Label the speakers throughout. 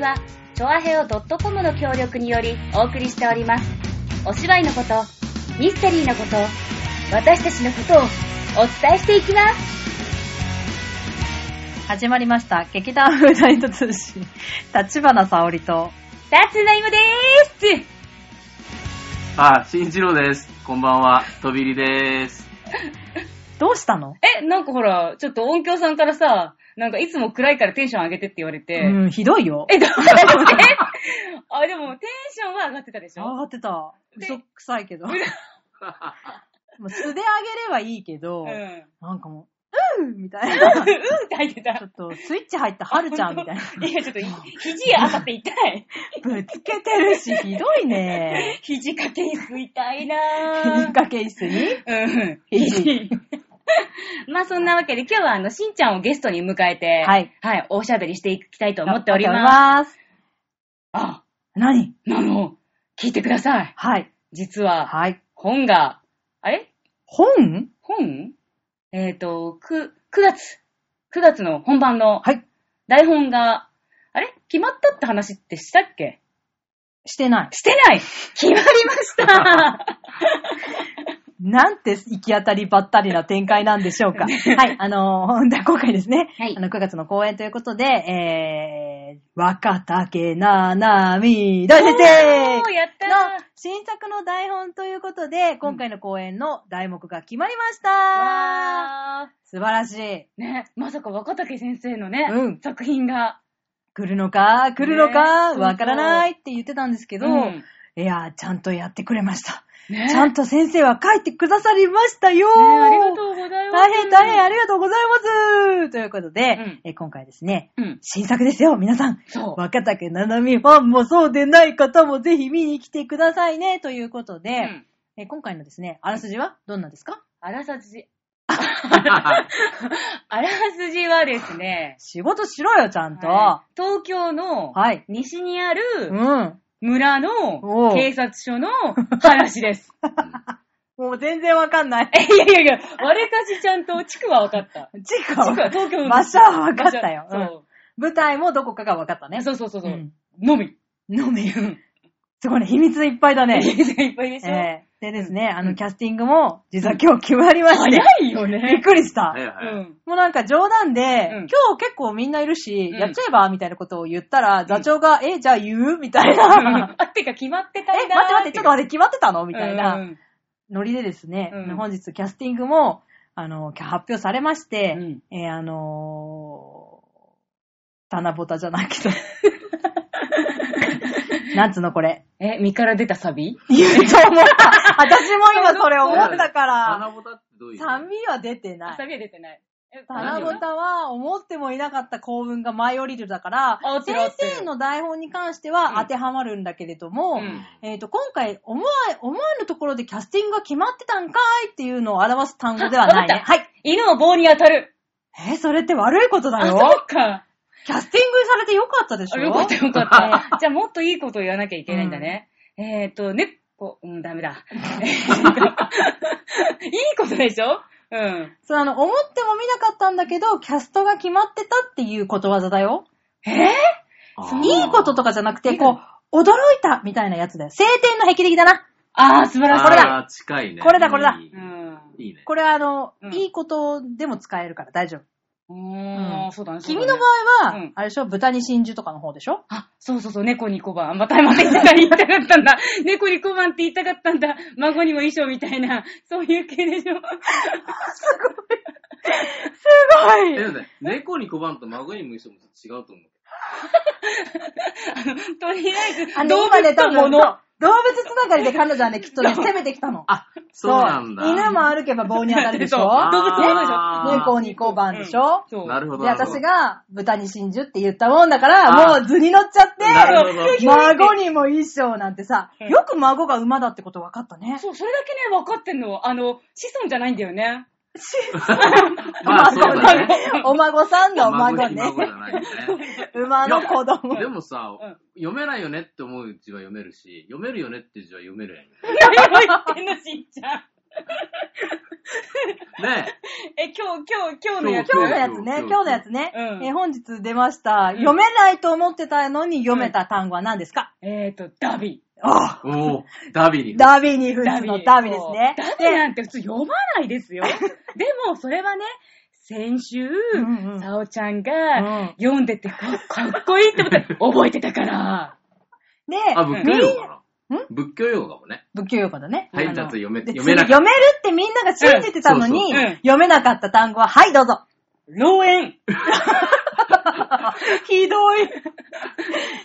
Speaker 1: は、チョアヘオ .com の協力によりお送りしております。お芝居のこと、ミステリーのこと、私たちのことをお伝えしていきます。
Speaker 2: 始まりました。劇団フーダイト通信。立花沙織と。
Speaker 1: 夏の今でーす
Speaker 3: あ、新次郎です。こんばんは。とび りです。
Speaker 2: どうしたの
Speaker 4: え、なんかほら、ちょっと音響さんからさ、なんかいつも暗いからテンション上げてって言わ れて、
Speaker 2: うん、ひどいよ。
Speaker 4: え、ど うやって あ、でもテンションは上がってたでし
Speaker 2: 上
Speaker 4: ょ
Speaker 2: がってた。
Speaker 4: で
Speaker 2: 嘘くさいけど。も う素で上げればいいけど、
Speaker 4: うん。 うん
Speaker 2: なんかもう、うーみた いな。ち
Speaker 4: って入ってた。
Speaker 2: ょっとスイッチ入ったはるちゃんみたい な。
Speaker 4: いや、ちょっとひ、肘当たって痛い。
Speaker 2: ぶつけてるし、ひどいね。
Speaker 4: 肘掛け椅い痛いな
Speaker 2: 引っ
Speaker 4: ぁ。
Speaker 2: 掛け椅子に。
Speaker 4: うん。
Speaker 2: 肘
Speaker 4: 肘。 まあそんなわけで今日はあの、しんちゃんをゲストに迎えて、
Speaker 2: はい。
Speaker 4: はい、おしゃべりしていきたいと思っており
Speaker 2: 思
Speaker 4: ます。
Speaker 2: っております。
Speaker 4: あ、
Speaker 2: 何
Speaker 4: なの、聞いてください。
Speaker 2: はい。
Speaker 4: 実は、
Speaker 2: はい。
Speaker 4: 本が、あれ
Speaker 2: 本
Speaker 4: 本えっ、と、く、9月、9月の本番の
Speaker 2: はい。
Speaker 4: 台本が、あれ決まったって話ってしたっけ
Speaker 2: してない。
Speaker 4: してない決まりました
Speaker 2: なんて行き当たりばったりな展開なんで しょうか。はい、あのー本題公開ですね。
Speaker 4: はい
Speaker 2: あの、9月の公演ということで、えー、若竹ななみ大先生
Speaker 4: おーやったー
Speaker 2: の新作の台本ということで、今回の公演の題目が決まりました、
Speaker 4: わ
Speaker 2: 素晴らし
Speaker 4: ー
Speaker 2: い。
Speaker 4: ね、まさか若竹先生のね、
Speaker 2: うん
Speaker 4: 作品が。
Speaker 2: 来るのか来るのか
Speaker 4: ねそうそう
Speaker 2: わからないって言ってたんですけど、
Speaker 4: うん
Speaker 2: いやー、ちゃんとやってくれました。
Speaker 4: ね
Speaker 2: ちゃん
Speaker 4: と、
Speaker 2: と先生は書いてくださりましたよー、
Speaker 4: ねありがとうございます。
Speaker 2: 大変大変ありがとうございますということで、
Speaker 4: ん
Speaker 2: えー今回ですね、
Speaker 4: うん、
Speaker 2: 新作ですよ、皆さん。
Speaker 4: そう。
Speaker 2: 若竹ななみファンもそうでない方もぜひ見に来てくださいね、ということで、
Speaker 4: うん
Speaker 2: えー今回のですね、あらすじはどんなですか
Speaker 4: あらさじ、あらすじはですね、
Speaker 2: 仕事しろよ、ちゃんと。は
Speaker 4: はい東京の
Speaker 2: い。
Speaker 4: 西にある、
Speaker 2: うん。
Speaker 4: 村
Speaker 2: おう
Speaker 4: の警察署の話 です。
Speaker 2: もう全然わかんない。
Speaker 4: えいやいやいや、わりかしちゃんと地区は分かった。
Speaker 2: ちく
Speaker 4: 地区
Speaker 2: わ
Speaker 4: は東京の
Speaker 2: 場所は分かったよ
Speaker 4: 場所は
Speaker 2: 舞台もどこかがわかったね。
Speaker 4: そうそうそうそう。
Speaker 2: うん
Speaker 4: のみ。
Speaker 2: のみ。すごいね、秘密いっぱいだね。
Speaker 4: いっぱいでしょ、
Speaker 2: えーでですね、あの、キャスティングも、実は今日決まりまして。
Speaker 4: 早いよ
Speaker 2: びっ
Speaker 4: ね。
Speaker 2: くりした
Speaker 3: は。いは
Speaker 4: う
Speaker 3: い。
Speaker 4: ん。
Speaker 2: もうなんか冗談で、
Speaker 4: うん
Speaker 2: 今日結構みんないるし、
Speaker 4: うん
Speaker 2: やっちゃえばみたいなことを言ったら、座長が、 え、じゃあ言うみたいな。
Speaker 4: あ、てか決まってた
Speaker 2: え、
Speaker 4: んだ
Speaker 2: 待って待って、ちょっと
Speaker 4: っ
Speaker 2: 待って、決まってたの
Speaker 4: て
Speaker 2: みた
Speaker 4: う
Speaker 2: い
Speaker 4: んう
Speaker 2: なんノリでですね、
Speaker 4: うん
Speaker 2: 本日キャスティングも、あの、発表されまして、
Speaker 4: うん
Speaker 2: えーあのー、棚ぼたじゃない けど。なんつうのこ れ。
Speaker 4: え、身から出たサビ
Speaker 2: 言うと思った。私も今それ思ったから。
Speaker 3: 花ぼたってどういう
Speaker 2: 酸味は出てない。
Speaker 4: サビは出てない。え
Speaker 2: 七
Speaker 3: 棚ぼ
Speaker 2: 夕は思ってもいなかった幸運が舞い降りるだから
Speaker 4: あ合っ、て
Speaker 2: 先
Speaker 4: る合ってる
Speaker 2: 生の台本に関して
Speaker 4: う
Speaker 2: は
Speaker 4: ん
Speaker 2: 当てはまるんだけれども、
Speaker 4: うん
Speaker 2: えっ、と、今回思わ、思わぬところでキャスティングが決まってたんかいっていうのを表す単語ではない ね。
Speaker 4: あわか
Speaker 2: はい。
Speaker 4: 犬を棒に当たる。
Speaker 2: えーそれって悪いことだ
Speaker 4: あ、そ
Speaker 2: よ
Speaker 4: う。か。
Speaker 2: キャスティングされてよかったでしょ
Speaker 4: あよかったよかった。じゃあもっといいことを言わなきゃいけないんだね。えっ、と、猫、うん、ダメ だ。えーといいことでしょうん。
Speaker 2: そう、あの、思っても見なかったんだけど、キャストが決まってたっていうことわざだよ。
Speaker 4: えー
Speaker 2: いいこととかじゃなくて、こう、驚いたみたいなやつだよ。晴天の霹靂だな。
Speaker 4: ああ、素晴らしい。
Speaker 2: これだ
Speaker 3: あー近いね。
Speaker 2: これだこれだ
Speaker 3: いい
Speaker 4: うん。
Speaker 3: いいね。
Speaker 2: これはあの、
Speaker 4: うん
Speaker 2: いいことでも使えるから大丈夫。
Speaker 4: う
Speaker 2: うん
Speaker 4: ん、そうだね。そうだね
Speaker 2: 君の場合は、
Speaker 4: うん
Speaker 2: あれでしょ豚に真珠とかの方でしょ
Speaker 4: あ、そうそうそう、猫に小判。またまた言いたかったんだ。 猫に小判って言いたかったんだ。孫にも衣装みたいな、そういう系でしょ。
Speaker 2: す
Speaker 3: え、でもね、猫に小判と孫にも衣装もちょっと違うと思う。
Speaker 4: とりあえず、
Speaker 2: あの、
Speaker 4: 動
Speaker 2: 今
Speaker 4: 物
Speaker 2: ね、多
Speaker 4: と
Speaker 2: 分、
Speaker 4: 物。
Speaker 2: そう動物つながりで彼女はね、きっ とね、攻めてきたの。
Speaker 3: あ、そうなんだ。
Speaker 2: 犬も歩けば棒に当たるでしょ
Speaker 4: そう動物と物でしょ。
Speaker 3: あー
Speaker 2: 猫に小判でしょ、
Speaker 4: そう。
Speaker 3: なるほど。
Speaker 2: で、
Speaker 3: なるほ
Speaker 2: 私
Speaker 3: ど。
Speaker 2: が豚に真珠って言ったもんだから、
Speaker 3: あー
Speaker 2: もう図に乗っちゃって、
Speaker 3: なるほど。
Speaker 2: 孫にも衣装なんてさ、
Speaker 4: うん
Speaker 2: よく孫が馬だってこと分かったね。
Speaker 4: そう、それだけね、分かってんの。あの、子孫じゃないんだよ ね。
Speaker 3: まあ、そうだね。
Speaker 2: お孫さんのお孫
Speaker 3: に
Speaker 2: ね。
Speaker 3: 孫じゃないよね。
Speaker 2: 馬の子供。
Speaker 3: でもさ
Speaker 4: うん、
Speaker 3: 読めないよねって思う字は読めるし、読めるよねって字は読めるやんね。
Speaker 4: 何を言ってんの、しんちゃん。
Speaker 3: ね
Speaker 4: え、今日、今日、今日のやつ。
Speaker 2: 今日のやつね、
Speaker 3: 今日
Speaker 2: 今日のやつね。
Speaker 4: うん
Speaker 2: えー本日出ました、
Speaker 4: ん
Speaker 2: 読めないと思ってたのに読めた単語は何ですか、
Speaker 4: えっと、ダビ。
Speaker 2: あ
Speaker 3: え。おおダビリ。
Speaker 2: ダービーニフンズのダービーですね。
Speaker 4: そうダビなんて普通読まないですよ。でも、それはね、先週
Speaker 2: んうん、
Speaker 4: さおちゃん
Speaker 2: う
Speaker 4: が
Speaker 2: ん
Speaker 4: 読んでてかかっこいいってことで 覚えてたから。
Speaker 2: で、
Speaker 3: あ、仏教用語か
Speaker 2: うん
Speaker 3: な。仏教用語かもね。
Speaker 2: 仏教用語だね。
Speaker 3: はい、
Speaker 2: あの
Speaker 3: だと読め、
Speaker 2: で
Speaker 3: 読めなかっ
Speaker 2: 読めるってみんなが信じてたのに、
Speaker 3: うん
Speaker 4: そうそううん
Speaker 2: 読めなかった単語は、はい、どうぞ。
Speaker 4: 老園。
Speaker 2: ひどい。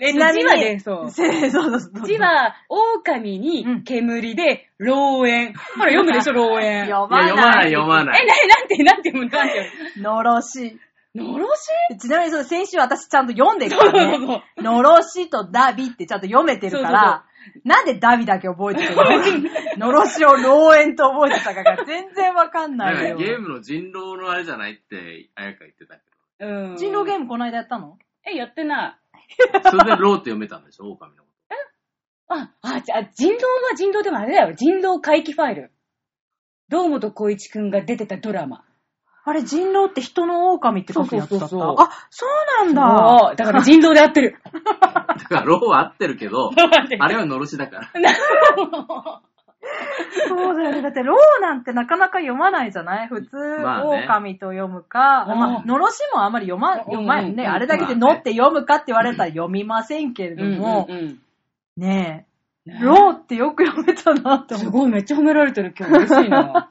Speaker 4: え、
Speaker 2: ち
Speaker 4: 字
Speaker 2: な
Speaker 4: は
Speaker 2: みに
Speaker 4: ね、そう。
Speaker 2: せ そうそうそう
Speaker 4: 字は、狼に煙で、老園。ほら、読むでしょ、老園。
Speaker 2: 読
Speaker 3: た。い
Speaker 2: ま
Speaker 3: や、読ま
Speaker 2: な
Speaker 3: ない
Speaker 2: い。
Speaker 3: 読ま
Speaker 4: え、
Speaker 3: な。
Speaker 4: ないなんて、なんて読むのなんて読
Speaker 2: のろし。
Speaker 4: むのろし
Speaker 2: ちなみにそう、先週私ちゃんと読んでる
Speaker 4: そ
Speaker 2: か
Speaker 4: うそう
Speaker 2: ら
Speaker 4: そう
Speaker 2: ね。のろしとダビってちゃんと読めてるから、なんでダビだけ覚えてるの のろしを老園と覚えてたかが全然わかん
Speaker 3: だか
Speaker 2: ない
Speaker 3: ら
Speaker 2: よ。
Speaker 3: ゲームの人狼のあれじゃないって、あやか言ってたけ
Speaker 4: うん。
Speaker 2: 人狼ゲームこの間やったの
Speaker 4: え、やってない。
Speaker 3: ど。それでローって読めたんでしょ狼のこ
Speaker 4: あ、あ、じゃあ、人狼は人狼でもあれだよ。人狼回帰ファイル。堂本光一くんが出てたドラマ。
Speaker 2: あれ人狼って人の狼って書くやつだった。
Speaker 4: そう
Speaker 2: あ、
Speaker 4: そ
Speaker 2: そう
Speaker 4: そうそう
Speaker 2: うなんだ。
Speaker 4: そうだから人狼で合って る。
Speaker 3: と。だからローは合ってるけ ど、あれはのろしだから。
Speaker 2: そうだよね。だって、ローなんてなかなか読まないじゃない普通、
Speaker 3: まあね
Speaker 2: 狼と読むか、
Speaker 4: うん
Speaker 2: まあ、のろしもあんまり読ま、読まないよ
Speaker 4: うんうん
Speaker 2: ね。
Speaker 4: うん
Speaker 2: あれだけでのって読むかって言われたら読みませんけれども、
Speaker 4: うん
Speaker 2: ね
Speaker 4: うん
Speaker 2: え、ローってよく読めたなって
Speaker 4: す
Speaker 2: 思う。
Speaker 4: ごい、めっちゃ褒められてる、今日。嬉しいな。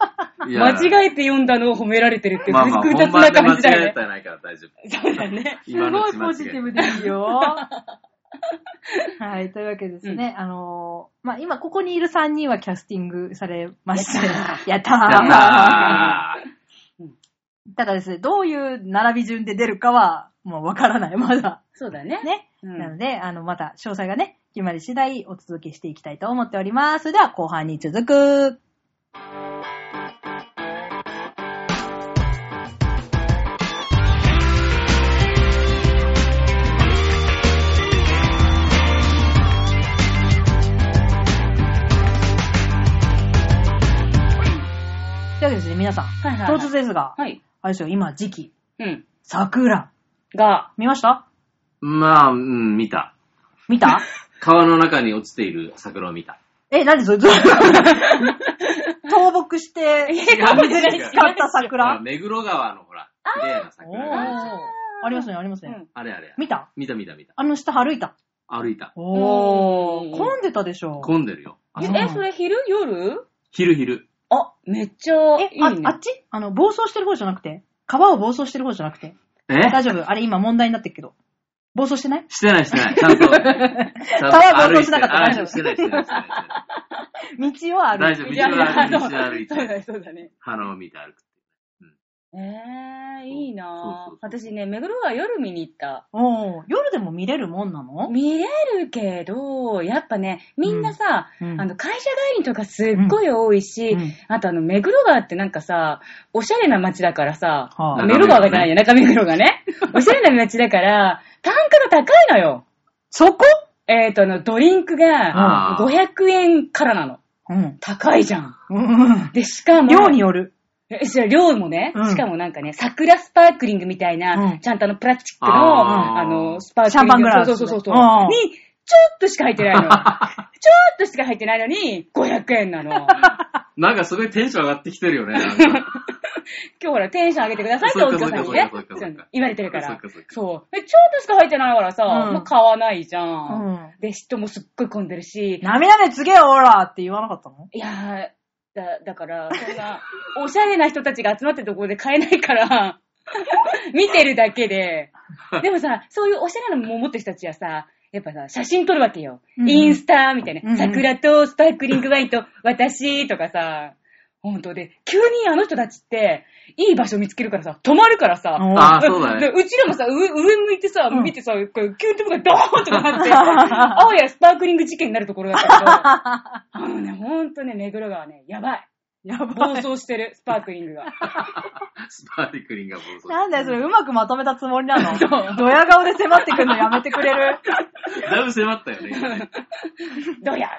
Speaker 3: いや
Speaker 4: 間違えて読んだのを褒められてるって、
Speaker 3: まあまあ、
Speaker 4: 複雑
Speaker 3: 本
Speaker 4: な
Speaker 3: 番で
Speaker 4: 感じだ
Speaker 3: 間違え
Speaker 4: よね。
Speaker 3: たらないから大丈夫。
Speaker 4: そうだね。
Speaker 2: す
Speaker 3: 今の
Speaker 2: ご
Speaker 3: う
Speaker 2: い
Speaker 3: ち間違
Speaker 2: ポジティブですよ。 はい、というわけですね。あのーまあ、今ここにいる3人はキャスティングされまして、やった
Speaker 3: えた。
Speaker 2: ー
Speaker 3: やったー
Speaker 2: ただですね、どういう並び順で出るかは、もうわからない、まだ。
Speaker 4: そうだね。
Speaker 2: ね。
Speaker 4: うん
Speaker 2: なので、あの、また詳細がね、決まり次第お届けしていきたいと思っております。それでは後半に続く。というわけでですね、皆さん、
Speaker 4: はいはいはい
Speaker 2: 唐突ですが、
Speaker 4: はい。
Speaker 2: あれですよ、今時期、
Speaker 4: うん。
Speaker 2: 桜、
Speaker 4: が、
Speaker 2: 見ました
Speaker 3: まあ、うん、見た。
Speaker 2: 見た
Speaker 3: 川の中に落ちている桜を見た。
Speaker 2: え、何それ倒木して、水に浸かった
Speaker 3: あの
Speaker 2: 桜
Speaker 3: 目黒川のほら、綺麗な桜
Speaker 2: お
Speaker 3: があるじゃん
Speaker 2: ーありますね、あります
Speaker 4: う
Speaker 2: ね。
Speaker 4: ん。
Speaker 3: あれあれあれ。
Speaker 2: 見た
Speaker 3: 見た見た見た。
Speaker 2: あの下歩いた。
Speaker 3: 歩いた。
Speaker 4: おー
Speaker 2: 混んでたでしょ。
Speaker 3: 混んでるよ。
Speaker 2: あそう
Speaker 4: え、それ昼夜
Speaker 3: 昼昼。
Speaker 4: あ、めっちゃい
Speaker 2: え
Speaker 4: い
Speaker 2: あ
Speaker 4: ね。
Speaker 2: あっちあの、暴走してる方じゃなくて川を暴走してる方じゃなくて
Speaker 3: え
Speaker 2: 大丈夫あれ今問題になってるけど。暴走してない
Speaker 3: してないしてない。ちゃんと。ちゃんと
Speaker 2: 川暴走しなかった
Speaker 3: 歩
Speaker 2: 大丈夫
Speaker 3: いてあしてないしてないしてないしてない。
Speaker 2: 道を歩
Speaker 3: 大
Speaker 2: い
Speaker 3: 丈
Speaker 2: て。
Speaker 3: 夫。道
Speaker 4: や
Speaker 3: を歩いて、道
Speaker 4: そうそ
Speaker 3: を歩い
Speaker 4: うだ
Speaker 3: て。
Speaker 4: ね、そうだね。
Speaker 3: 花を見て歩く。
Speaker 4: ええいいなぁ
Speaker 3: そうそうそう
Speaker 4: 私ね、目黒川夜見に行った。
Speaker 2: おー夜でも見れるもんなの
Speaker 4: 見れるけど、やっぱね、みんなさ、
Speaker 2: うん
Speaker 4: あの、会社帰りとかすっごい多いし、
Speaker 2: うん
Speaker 4: あとあの、目黒川ってなんかさ、おしゃれな街だからさ、
Speaker 2: はあ
Speaker 4: 目黒川がじゃないよ、中目黒が ね。おしゃれな街だから、単価が高いのよ。
Speaker 2: そこ
Speaker 4: えっ、と、あの、ドリンクが、
Speaker 3: あー
Speaker 4: 500円からなの。
Speaker 2: うん。
Speaker 4: 高いじゃん。
Speaker 2: うん。
Speaker 4: で、しかも、
Speaker 2: 量による。
Speaker 4: え、じゃあ量もね、
Speaker 2: うん
Speaker 4: しかもなんかね、桜スパークリングみたいな、
Speaker 2: うん
Speaker 4: ちゃんとあのプラスチックの、
Speaker 3: あ
Speaker 4: あ
Speaker 3: ー
Speaker 4: の、スパークリング。
Speaker 2: シャンパングラス
Speaker 4: そうそうそうそう。
Speaker 2: あー
Speaker 4: に、ちょっとしか入ってない の。ちょっとしか入ってないのに、500円なの。今
Speaker 3: なんかすごいテンション上がってきてるよね。なんか
Speaker 4: 日ほら、テンション上げてくださいって、大
Speaker 3: そっか
Speaker 4: 塚さんにね
Speaker 3: そっかそっかそっかそっか。
Speaker 4: 言われてるか
Speaker 3: そっ
Speaker 4: ら
Speaker 3: かそっ。か
Speaker 4: そう。え、ちょっとしか入ってないからさ、
Speaker 2: うん
Speaker 4: まあ買わないじゃ。
Speaker 2: うんん。
Speaker 4: で、人もすっごい混んでるし、
Speaker 2: 涙目つげよ、おらって言わなかったの
Speaker 4: いやー、だ、だから、そんな、おしゃれな人たちが集まってるところで買えないから、 見てるだけで。でもさ、そういうおしゃれなものを持ってる人たちはさ、やっぱさ、写真撮るわけよ。
Speaker 2: うん
Speaker 4: インスタみたいな。
Speaker 2: うんうん
Speaker 4: 桜とスパークリングワインと私とかさ、本当で、急にあの人たちって、いい場所見つけるからさ、止まるからさ、
Speaker 2: うん
Speaker 3: あーそうだね
Speaker 4: でうちらもさ、上、上向いてさ、
Speaker 2: うん
Speaker 4: 見てさ、こう急にとこがドーンとかな って、あわやスパークリング事件になるところだったけど、 あのね、ほんとね、目黒川ね、やばい。
Speaker 2: やば
Speaker 4: 暴
Speaker 2: い。
Speaker 4: 走して る、スパークリングが。
Speaker 3: スパークリングが暴走してる。
Speaker 2: なんだよ、それうまくまとめたつもりなの。ドヤ顔で迫ってくるのやめてくれる。
Speaker 3: だいぶ迫ったよね。
Speaker 4: どうや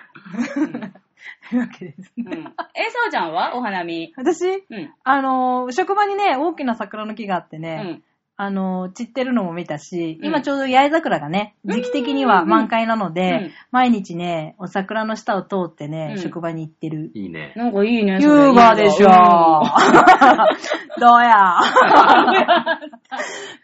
Speaker 2: というわけです
Speaker 4: う
Speaker 2: ね。
Speaker 4: ん。 え、そうちゃんはお花見。
Speaker 2: 私、
Speaker 4: うん。
Speaker 2: あのー職場にね、大きな桜の木があって
Speaker 4: う
Speaker 2: ね、
Speaker 4: ん。
Speaker 2: あのー散ってるのも見たし、
Speaker 4: うん
Speaker 2: 今ちょうど八重桜がね、時期的には満開なので、
Speaker 4: うん
Speaker 2: 毎日ね、お桜の下を通ってね、
Speaker 4: うん
Speaker 2: 職場に行ってる。
Speaker 3: いいね。
Speaker 4: なんかいいね。それ
Speaker 2: 優雅でしょ。どうや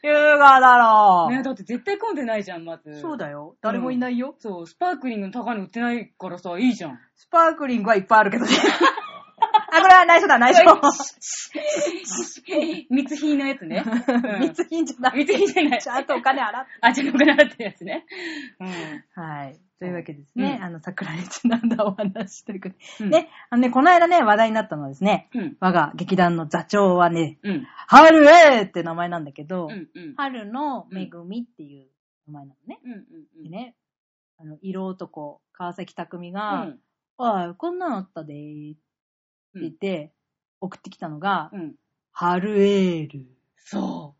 Speaker 2: 優雅だろ
Speaker 4: うんねだって絶対混んでないじゃん、まず。
Speaker 2: そうだよ。誰もいないよ。
Speaker 4: そう、スパークリングの高いの売ってないからさ、いいじ ゃん。
Speaker 2: スパークリングはいっぱいある けどね。あ、これは内緒だ、内緒。
Speaker 4: 密品のや つね。うん
Speaker 2: 密品じゃない。
Speaker 4: 密品じゃない
Speaker 2: ちゃんとお金払って。
Speaker 4: あ、じゃなくなったやつね。うん。
Speaker 2: はい。というわけですね。
Speaker 4: うん
Speaker 2: あの、桜にちなんだお話ということ
Speaker 4: う
Speaker 2: で。
Speaker 4: ん
Speaker 2: ね、あのね、この間ね、話題になったのはですね、
Speaker 4: うん。
Speaker 2: 我が劇団の座長はね、
Speaker 4: うん。
Speaker 2: 春へって名前なんだけ
Speaker 4: う
Speaker 2: ど、
Speaker 4: ん。うん。
Speaker 2: 春の恵みっていう名前なのね。
Speaker 4: うん。うん
Speaker 2: でね、あの、色男、川崎匠
Speaker 4: う
Speaker 2: が、
Speaker 4: ん。
Speaker 2: おい、こんなのあったでーって言って、送ってきたのが、
Speaker 4: うん。
Speaker 2: 春エール。
Speaker 4: そ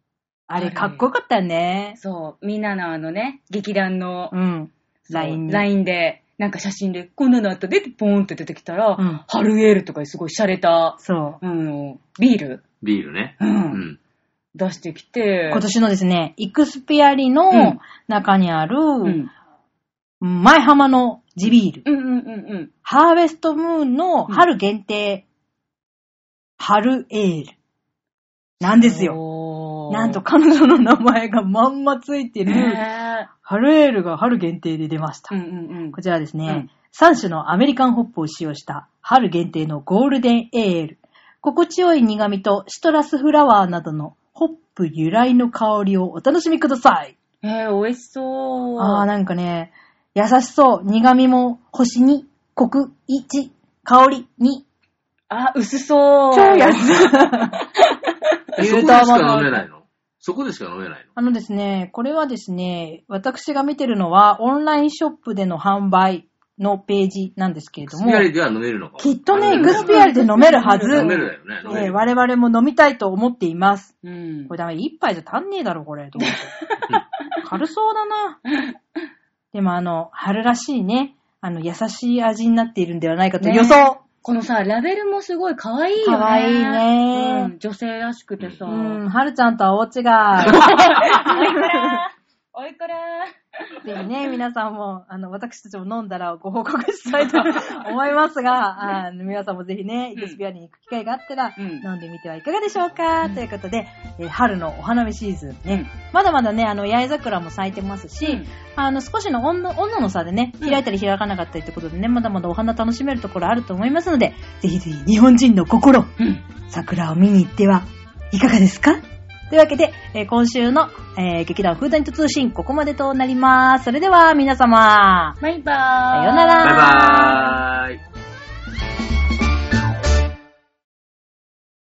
Speaker 2: あれ、かっこよかったよ
Speaker 4: う。
Speaker 2: ね。
Speaker 4: そう。みんなのあのね、劇団の
Speaker 2: うん。
Speaker 4: そう
Speaker 2: LINE に
Speaker 4: LINE で、なんか写真で、こんなのあったでってポーンって出てきたら、
Speaker 2: うん
Speaker 4: ハルエールとかですごい洒落た、
Speaker 2: そう。
Speaker 4: うん、ビール、
Speaker 3: ビールね。
Speaker 4: う
Speaker 3: うんん。
Speaker 4: 出してきて、
Speaker 2: 今年のですね、イクスピアリ
Speaker 4: うん
Speaker 2: の中にある、
Speaker 4: うん、
Speaker 2: 前浜の地ビール、
Speaker 4: うんうんうんうん。
Speaker 2: ハーベストムーンの春限定、春エール。なんですよ。
Speaker 4: よ
Speaker 2: なんと彼女の名前がまんまついてる、
Speaker 4: ね
Speaker 2: 春エールが春限定で出ました。
Speaker 4: うんうんうん。
Speaker 2: こちらですね、
Speaker 4: うん
Speaker 2: 3種のアメリカンホップを使用した春限定のゴールデンエール。心地よい苦味とシトラスフラワーなどのホップ由来の香りをお楽しみください。
Speaker 4: えー、美味しそう。
Speaker 2: あー、なんかね、優しそう。苦味も星に、コク1、香り2。
Speaker 4: あ薄そう。
Speaker 2: 超安い。
Speaker 3: えそ
Speaker 2: 言う
Speaker 3: こでした
Speaker 2: も
Speaker 3: か飲
Speaker 2: の。
Speaker 3: めないのそこでしか飲めないの
Speaker 2: あのですね、これはですね、私が見てるのはオンラインショップでの販売のページなんですけれど
Speaker 3: ス
Speaker 2: も
Speaker 3: ピ、アリでは飲めるのか。
Speaker 2: きっとね、
Speaker 3: 飲
Speaker 2: エ
Speaker 3: め
Speaker 2: ク
Speaker 3: る
Speaker 2: スピアリで飲めるはず。
Speaker 3: 飲めるだよね。飲め
Speaker 2: えー
Speaker 3: る。
Speaker 2: 我々も飲みたいと思っています。
Speaker 4: うん
Speaker 2: こ。れダメ、一杯じゃ足んねえだろ、これ。と思って軽そうだな。でもあの、春らしいね、あの、優しい味になっているんではないかと
Speaker 4: ね
Speaker 2: 予想。
Speaker 4: このさ、ラベルもすごい可愛いよね。
Speaker 2: 可愛いね
Speaker 4: うん、女性らしくてさ。
Speaker 2: うん、春ちゃんとは大違
Speaker 4: おいから
Speaker 2: い。ぜひね、皆さんも、あの、私たちも飲んだらご報告し たいと思いますが、あの皆さんもぜひね、イクスピアリに行く機会があったら、
Speaker 4: うん
Speaker 2: 飲んでみてはいかがでしょうか、ということで、えー春のお花見シーズン
Speaker 4: う
Speaker 2: ね、
Speaker 4: ん
Speaker 2: まだまだね、あの、八重桜も咲いてますし、
Speaker 4: うん
Speaker 2: あの、少しの温度温度の差でね、
Speaker 4: うん
Speaker 2: 開いたり開かなかったりってことでね、まだまだお花楽しめるところあると思いますので、ぜひぜひ日本人の心、
Speaker 4: うん。
Speaker 2: 桜を見に行ってはいかがですかというわけで、えー今週の、えー劇団フーダニット通信、ここまでとなります。それでは皆様、
Speaker 4: バイバーイ。
Speaker 2: さようなら。
Speaker 3: バイバ